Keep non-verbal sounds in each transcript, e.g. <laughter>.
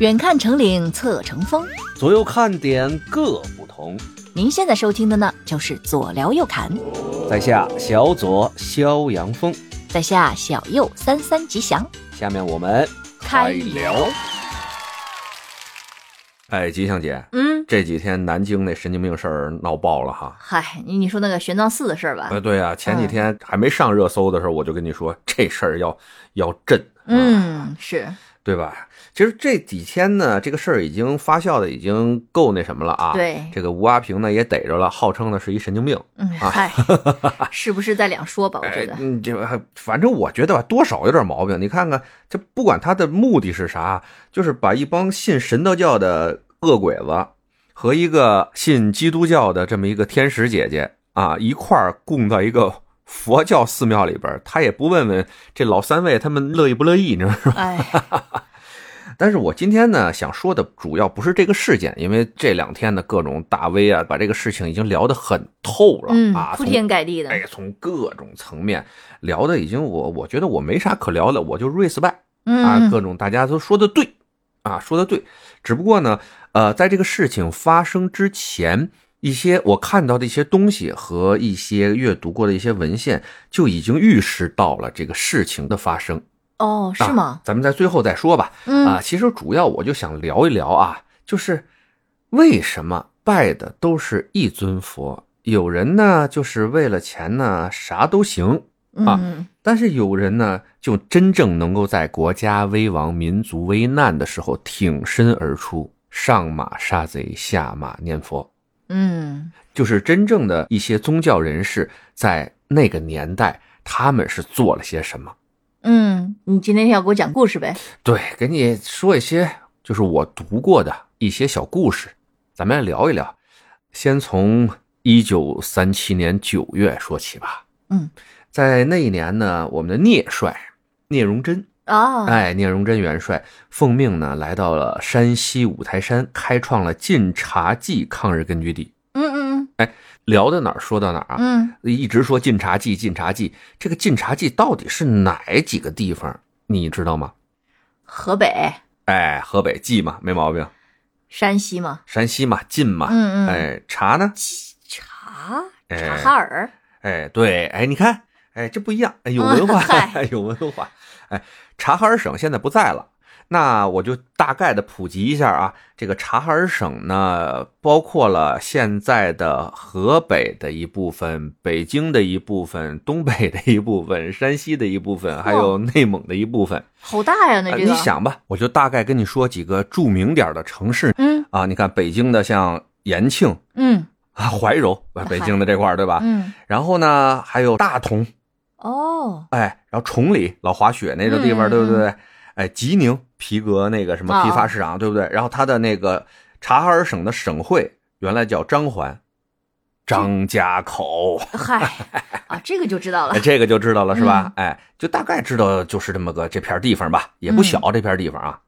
远看成岭侧成峰。左右看点各不同。您现在收听的呢，就是左聊右侃，在下小左萧阳峰，在下小右三三吉祥，下面我们开聊。哎，吉祥姐，嗯，这几天南京那神经病事儿闹爆了哈。嗨，你你说那个玄奘寺的事儿吧哎，？对啊，前几天还没上热搜的时候，我就跟你说这事儿要要震，啊，嗯，是，对吧？其实这几天呢，这个事儿已经发酵的已经够那什么了啊。，对，这个吴阿平呢也逮着了，号称呢是一神经病。嗯，嗨， <laughs> 是不是在两说吧？我觉啊哎得，，嗯，这还反正我觉得吧，多少有点毛病。你看看，这不管他的目的是啥，就是把一帮信神道教的恶鬼子和一个信基督教的这么一个天使姐姐啊，一块儿供到一个佛教寺庙里边儿，他也不问问这老三位他们乐意不乐意，你知道吗？ <laughs> 啊哎，但是我今天呢，想说的主要不是这个事件，因为这两天的各种大 V 啊，把这个事情已经聊得很透了、嗯啊，，铺从天盖地的，哎，从各种层面聊的已经我我觉得我没啥可聊的，我就 respect 啊，嗯，各种大家都说的对啊，说的对。只不过呢，呃，在这个事情发生之前，一些我看到的一些东西和一些阅读过的一些文献，就已经预示到了这个事情的发生，哦，是吗啊？？咱们在最后再说吧。啊，嗯，其实主要我就想聊一聊啊，就是为什么拜的都是一尊佛？有人呢，就是为了钱呢，啥都行；啊嗯，但是有人呢，就真正能够在国家危亡、民族危难的时候挺身而出，上马杀贼，下马念佛。嗯，就是真正的一些宗教人士在那个年代，他们是做了些什么？嗯，你今天要给我讲故事呗？对，给你说一些就是我读过的一些小故事，咱们来聊一聊。先从一九三七年九月说起吧。嗯，在那一年呢，我们的聂帅聂荣臻，哦，哎，聂荣臻元帅奉命呢来到了山西五台山，开创了晋察冀抗日根据地。嗯嗯聊到哪儿说到哪儿啊，嗯一直说晋察冀，晋察冀，这个晋察冀到底是哪几个地方？你知道吗？嗯，河北、哎，河北冀嘛，没毛病。山西嘛，山西嘛，晋嘛，嗯嗯哎，察呢？察察哎啊哈尔，哎，对，哎，你看，哎，这不一样，哎，有文化，嗯嗨有文化，哎，察哈尔省现在不在了，那我就大概的普及一下啊，这个察哈尔省呢，包括了现在的河北的一部分、北京的一部分、东北的一部分、山西的一部分，还有内蒙的一部分。好大呀，那呃这个，你想吧，我就大概跟你说几个著名点儿的城市嗯啊，你看北京的像延庆。嗯啊，怀柔，啊北京的这块儿对吧？嗯，然后呢，还有大同，哦，哎，然后崇礼、老滑雪那个地嗯方，哦对不对？哎，吉宁皮革那个什么批发市场，对不对？然后它的那个察哈尔省的省会原来叫张环，张家口，嗯 <laughs> 嗨啊，这个就知道了哎，，这个就知道了是吧？嗯哎，就大概知道就是这么个这片儿地方吧，也不小这片儿地方啊。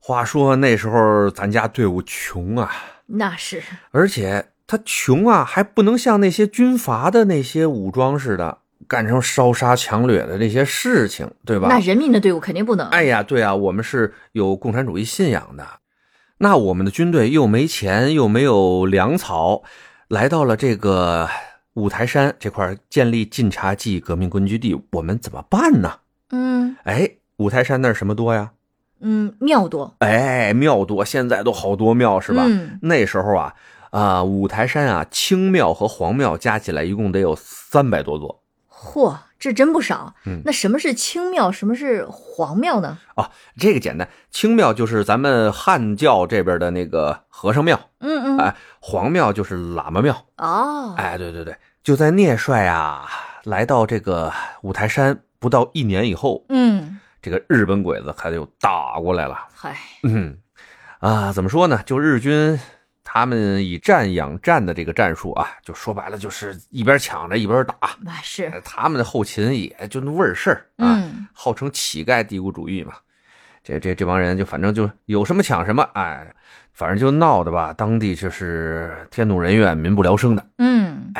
话说那时候咱家队伍穷啊，那是，而且他穷啊，还不能像那些军阀的那些武装似的干成烧杀抢掠的那些事情，对吧？那人民的队伍肯定不能，哎呀，对啊，我们是有共产主义信仰的，那我们的军队又没钱，又没有粮草，来到了这个五台山这块儿建立晋察冀革命根据地，我们怎么办呢？嗯哎，五台山那儿什么多呀？嗯，庙多哎，庙多，现在都好多庙是吧？嗯那时候啊，啊、五台山啊，清庙和皇庙加起来一共得有三百多座嚯，这真不少嗯。那什么是清庙，什么是皇庙呢？啊。这个简单，清庙就是咱们汉教这边的那个和尚庙，嗯嗯，哎，皇庙就是喇嘛庙。哦，哎，对对对，就在聂帅啊来到这个五台山不到一年以后，嗯，这个日本鬼子他就打过来了。嗨，嗯，啊，怎么说呢？就日军他们以战养战的这个战术啊，就说白了就是一边抢着一边打。那是，哎他们的后勤也就那味儿事儿啊，嗯号称乞丐帝国主义嘛。这这这帮人就反正就有什么抢什么，哎，反正就闹的吧，当地就是天怒人怨、民不聊生的。嗯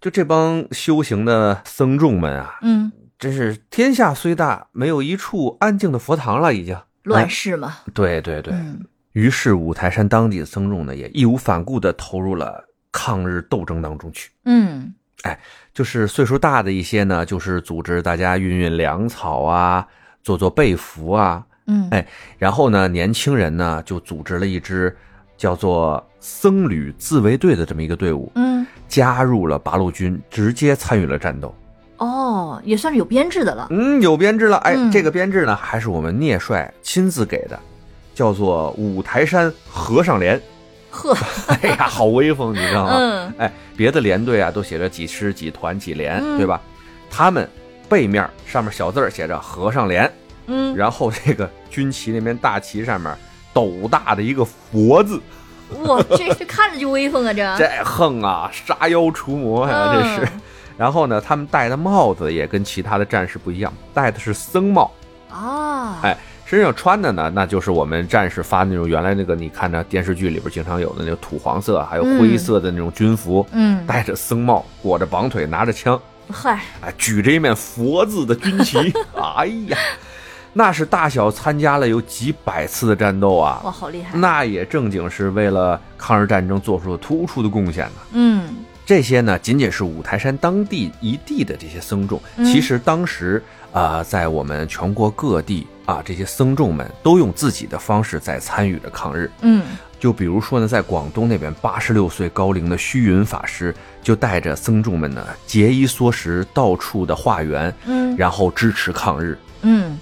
就这帮修行的僧众们啊，嗯，真是天下虽大，没有一处安静的佛堂了，已经乱哎世嘛，对对对，嗯于是五台山当地的僧众呢，也义无反顾地投入了抗日斗争当中去。嗯就是岁数大的一些呢，就是组织大家运运粮草啊，做做被服啊。嗯，哎然后呢，年轻人呢就组织了一支叫做僧侣自卫队的这么一个队伍，嗯，加入了八路军，直接参与了战斗。哦，也算是有编制的了。嗯，有编制了。哎，嗯这个编制呢，还是我们聂帅亲自给的，叫做五台山和尚连。 <laughs> 呵，<laughs> 哎呀，好威风，你知道吗？嗯哎，别的连队啊都写着几师、几团、几连，嗯对吧？他们背面上面小字儿写着和尚连，嗯，然后这个军旗那边大旗上面斗大的一个佛字，哇，这这看着就威风啊，这这横啊，杀妖除魔呀、这是。嗯然后呢，他们戴的帽子也跟其他的战士不一样，戴的是僧帽，啊，哎身上穿的呢，那就是我们战士发那种原来那个你看着电视剧里边经常有的那种土黄色，还有灰色的那种军服，嗯，戴着僧帽，裹着绑腿，拿着枪，嗨，啊，举着一面佛字的军 <laughs> 旗，哎呀，那是大小参加了有几百次的战斗啊，哇，好厉害。那也正经是为了抗日战争做出了突出的贡献呢、嗯这些呢，仅仅是五台山当地一地的这些僧众，嗯其实当时啊、呃在我们全国各地啊，这些僧众们都用自己的方式在参与着抗日。嗯，就比如说呢，在广东那边，八十六岁高龄的虚云法师就带着僧众们呢，节衣缩食，到处的化缘，嗯然后支持抗日。嗯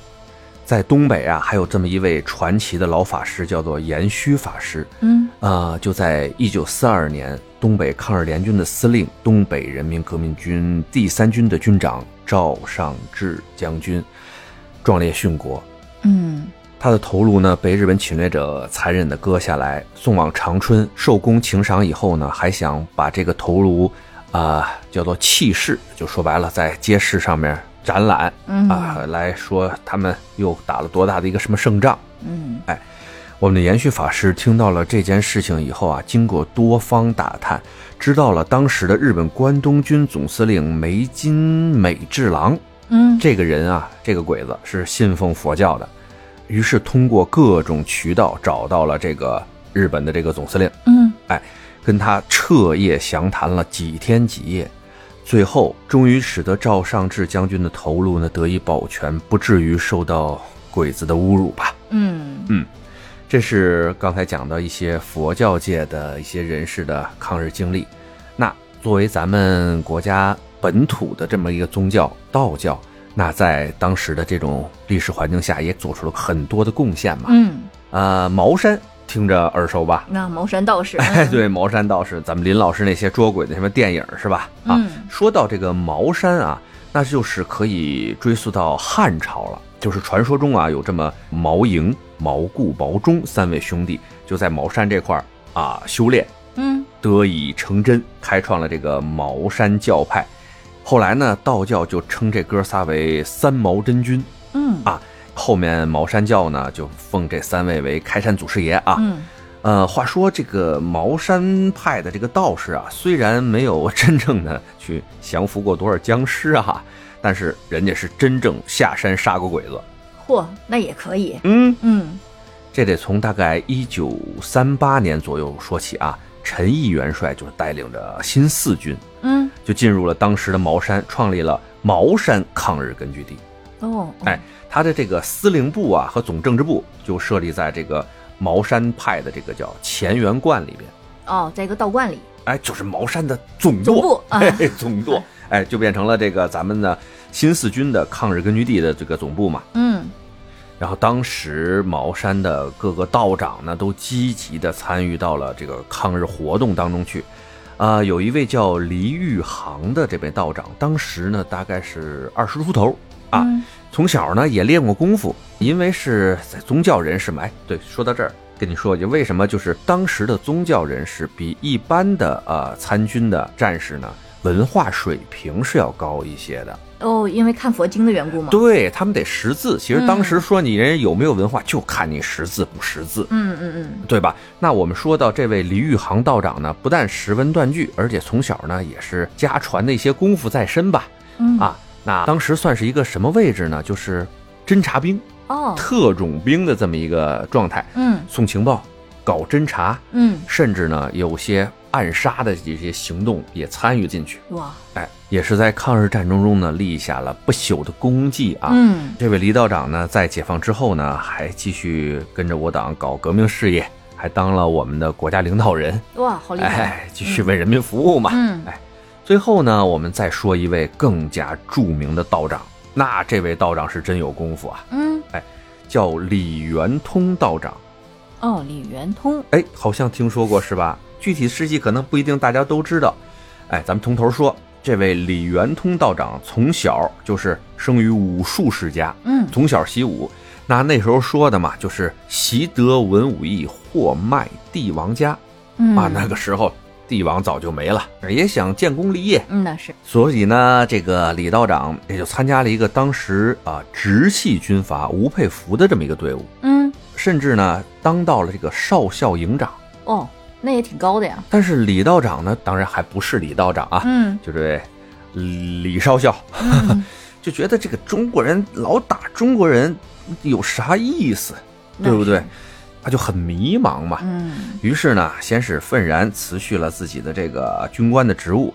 在东北啊，还有这么一位传奇的老法师，叫做延虚法师。嗯，啊，就在一九四二年，东北抗日联军的司令、东北人民革命军第三军的军长赵尚志将军壮烈殉国。嗯他的头颅呢被日本侵略者呃残忍地割下来，送往长春寿宫请赏以后呢，还想把这个头颅啊、叫做弃市，就说白了，在街市上面展览嗯啊、来说他们又打了多大的一个什么胜仗。嗯哎我们的延续法师听到了这件事情以后啊，经过多方打探，知道了当时的日本关东军总司令梅津美治郎嗯这个人啊，这个鬼子是信奉佛教的，于是通过各种渠道找到了这个日本的这个总司令，嗯跟他彻夜详谈了几天几夜，最后终于使得赵尚志将军的头颅呢得以保全，不至于受到鬼子的侮辱吧。嗯这是刚才讲到一些佛教界的一些人士的抗日经历。那作为咱们国家本土的这么一个宗教道教，那在当时的这种历史环境下，也做出了很多的贡献嘛。嗯，呃，茅山听着耳 <laughs> 熟吧？那茅山道士，哎，嗯，对，茅山道士，咱们林老师那些捉鬼的什么电影是吧？啊，嗯说到这个茅山啊，那就是可以追溯到汉朝了。就是传说中啊，有这么毛莹、毛固、毛忠三位兄弟，就在茅山这块儿啊修炼，嗯得以成真，开创了这个茅山教派。后来呢，道教就称这哥仨为三毛真君。嗯啊后面茅山教呢，就奉这三位为开山祖师爷啊。嗯呃，话说这个茅山派的这个道士啊，虽然没有真正的去降服过多少僵尸啊，但是人家是真正下山杀过鬼子。嚯，那也可以，嗯，嗯这得从大概一九三八年左右说起啊。陈毅元帅就是带领着新四军，嗯就进入了当时的茅山，创立了茅山抗日根据地。哦，哎，他的这个司令部啊和总政治部就设立在这个茅山派的这个叫乾元观里边。哦，在一个道观里，哎，就是茅山的总总舵，部 <laughs> 啊哎，总舵，哎，就变成了这个咱们的新四军的抗日根据地的这个总部嘛。嗯然后当时茅山的各个道长呢，都积极的参与到了这个抗日活动当中去。啊、有一位叫黎玉航的这位道长，当时呢大概是二十出头啊，嗯从小呢也练过功夫，因为是在宗教人士嘛。哎，对，说到这儿，跟你说一句，为什么就是当时的宗教人士比一般的呃参军的战士呢，文化水平是要高一些的。哦，因为看佛经的缘故嘛，对他们得识字，其实当时说你人有没有文化，就看你识字不识字。嗯嗯对吧？那我们说到这位李玉航道长呢，不但识文断句，而且从小呢也是家传的一些功夫在身吧。嗯嗯啊，那当时算是一个什么位置呢？就是侦察兵。哦特种兵的这么一个状态，嗯送情报、搞侦查，嗯，甚至呢有些暗杀的这些行动也参与进去。哇，哎，也是在抗日战争中呢立下了不朽的功绩啊。嗯这位黎道长呢，在解放之后呢，还继续跟着我党搞革命事业，还当了我们的国家领导人，哇，好厉害，哎，继续为人民服务嘛。嗯最后呢，我们再说一位更加著名的道长，那这位道长是真有功夫啊，嗯，叫李元通道长。哦，李元通，哎，好像听说过是吧？具体事迹可能不一定大家都知道。哎，咱们从头说，这位李元通道长从小就是生于武术世家，嗯从小习武。那那时候说的嘛，就是习得文武艺，货卖帝王家嗯啊。那个时候帝王早就没了，也想建功立业，嗯那是，所以呢，这个李道长也就参加了一个当时啊直系军阀吴佩孚的这么一个队伍，嗯甚至呢当到了这个少校营长。哦，那也挺高的呀，但是李道长呢，当然还不是李道长啊，嗯就这位李少校嗯，就觉得这个中国人老打中国人有啥意思，那对不对是？他就很迷茫嘛。嗯于是呢，先是愤然辞去了自己的这个军官的职务，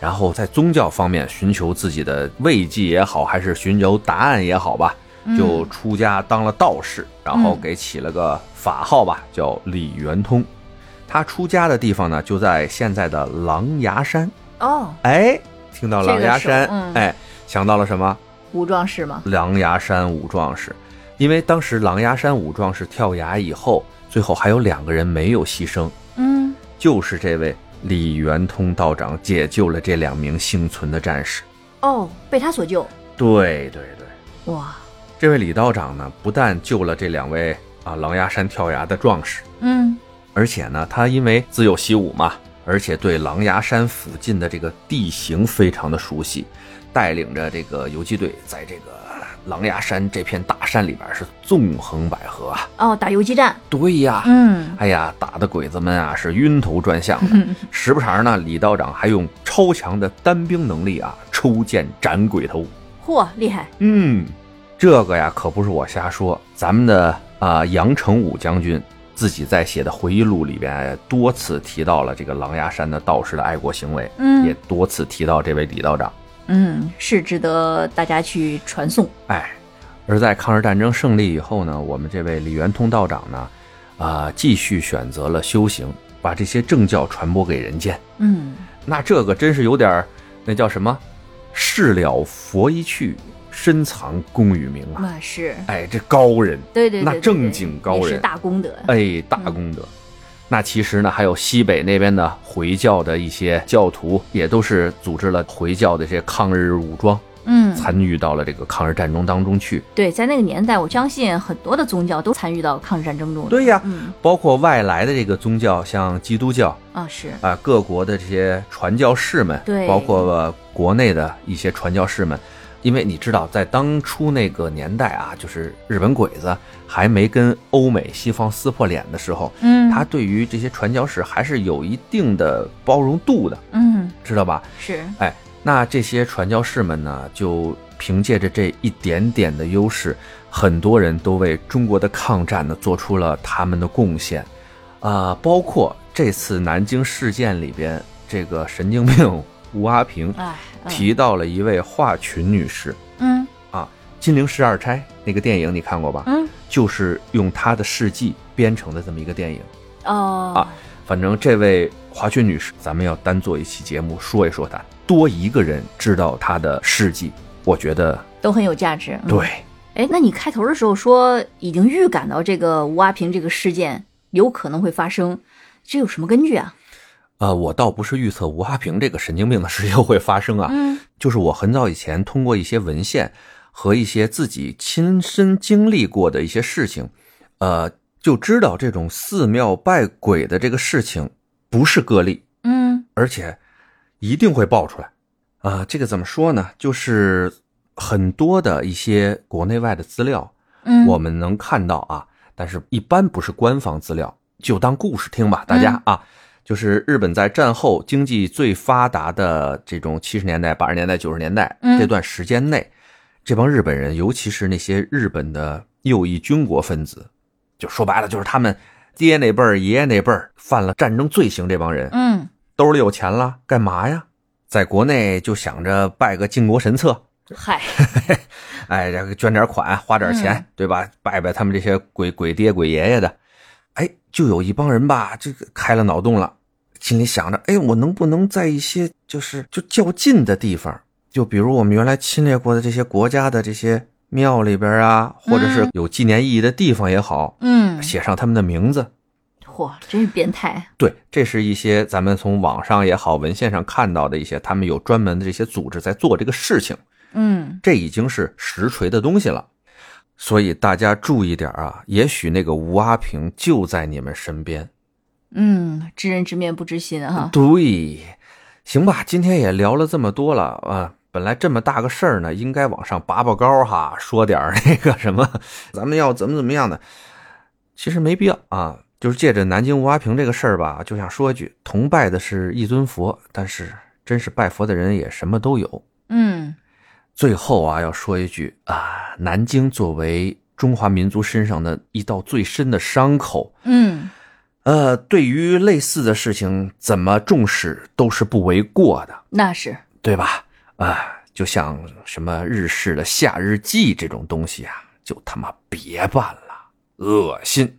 然后在宗教方面寻求自己的慰藉也好，还是寻求答案也好吧，嗯就出家当了道士，然后嗯给起了个法号吧，叫李元通。他出家的地方呢，就在现在的狼牙山。哦，哎，听到狼牙这，个山手嗯哎，想到了什么？武壮士嘛，狼牙山五壮士，因为当时狼牙山五壮士跳崖以后，最后还有两个人没有牺牲。嗯就是这位李元通道长解救了这两名幸存的战士。哦，被他所救，对对对，哇，这位李道长呢，不但救了这两位啊狼牙山跳崖的壮士，嗯而且呢，他因为自幼习武嘛，而且对狼牙山附近的这个地形非常的熟悉，带领着这个游击队在这个狼牙山这片大山里边是纵横捭阖啊。哦，打游击战，对呀，嗯哎呀，打的鬼子们啊是晕头转向的。时不常呢，李道长还用超强的单兵能力啊，抽剑斩鬼头。嚯，厉害，嗯，这个呀可不是我瞎说，咱们的啊、杨成武将军自己在写的回忆录里边多次提到了这个狼牙山的道士的爱国行为，嗯也多次提到这位李道长。嗯，是值得大家去传颂，哎，而在抗日战争胜利以后呢，我们这位李元通道长呢，啊、继续选择了修行，把这些正教传播给人间。嗯那这个真是有点儿，那叫什么？事了佛一去，深藏功与名啊！那是，哎，这高人，对对对，那对正经高也是人大功德，哎，大功德。那其实呢，还有西北那边的回教的一些教徒，也都是组织了回教的这些抗日武装，嗯，参与到了这个抗日战争当中去。对，在那个年代，我相信很多的宗教都参与到抗日战争中。，对呀，嗯包括外来的这个宗教，像基督教啊是，啊，各国的这些传教士们，对包括、呃国内的一些传教士们，因为你知道，在当初那个年代啊，就是日本鬼子还没跟欧美西方撕破脸的时候，嗯，他对于这些传教士还是有一定的包容度的，嗯知道吧？是，哎，那这些传教士们呢，就凭借着这一点点的优势，很多人都为中国的抗战呢做出了他们的贡献，啊、包括这次南京事件里边，这个神经病吴阿平哎，嗯提到了一位华群女士，嗯《金陵十二钗》那个电影你看过吧？嗯就是用她的事迹编成的这么一个电影。哦啊反正这位华群女士，咱们要单做一期节目说一说她，多一个人知道她的事迹，我觉得都很有价值。嗯对。哎，那你开头的时候说已经预感到这个吴阿平这个事件有可能会发生，这有什么根据啊？呃，我倒不是预测吴阿平这个神经病的事情会发生啊，嗯就是我很早以前通过一些文献和一些自己亲身经历过的一些事情，呃，就知道这种寺庙拜鬼的这个事情不是个例，嗯而且一定会爆出来。啊、这个怎么说呢？就是很多的一些国内外的资料，嗯，我们能看到啊，但是一般不是官方资料，就当故事听吧，大家嗯啊。就是日本在战后经济最发达的这种七十年代、八十年代、九十年代嗯这段时间内，这帮日本人，尤其是那些日本的右翼军国分子，就说白了，就是他们爹那辈儿、爷爷那辈儿犯了战争罪行，这帮人嗯，兜里有钱了，干嘛呀？在国内就想着拜个靖国神策，嗨，哎，这个捐点款，花点钱，嗯对吧？拜拜他们这些鬼鬼爹鬼爷爷的，哎，就有一帮人吧，这个开了脑洞了，心里想着，哎，我能不能在一些就是就较近的地方，就比如我们原来侵略过的这些国家的这些庙里边啊，或者是嗯有纪念意义的地方也好， <laughs> 嗯，写上他们的名字。嚯，真是变态。对，这是一些咱们从网上也好、文献上看到的一些，他们有专门的这些组织在做这个事情。嗯这已经是实锤的东西了。所以大家注意点啊，也许那个吴阿平就在你们身边。嗯，知人知面不知心啊。对，行吧，今天也聊了这么多了啊。本来这么大个事儿呢，应该往上拔拔高哈，说点儿那个什么， <laughs> 咱们要怎么怎么样的，其实没必要啊。就是借着南京吴阿平这个事儿吧，就想说一句：同拜的是一尊佛，但是真是拜佛的人也什么都有。嗯最后啊，要说一句啊，南京作为中华民族身上的一道最深的伤口，嗯呃，对于类似的事情怎么重视都是不为过的，那是。对吧？啊，就像什么日式的夏日祭这种东西啊，就他妈别办了，恶心。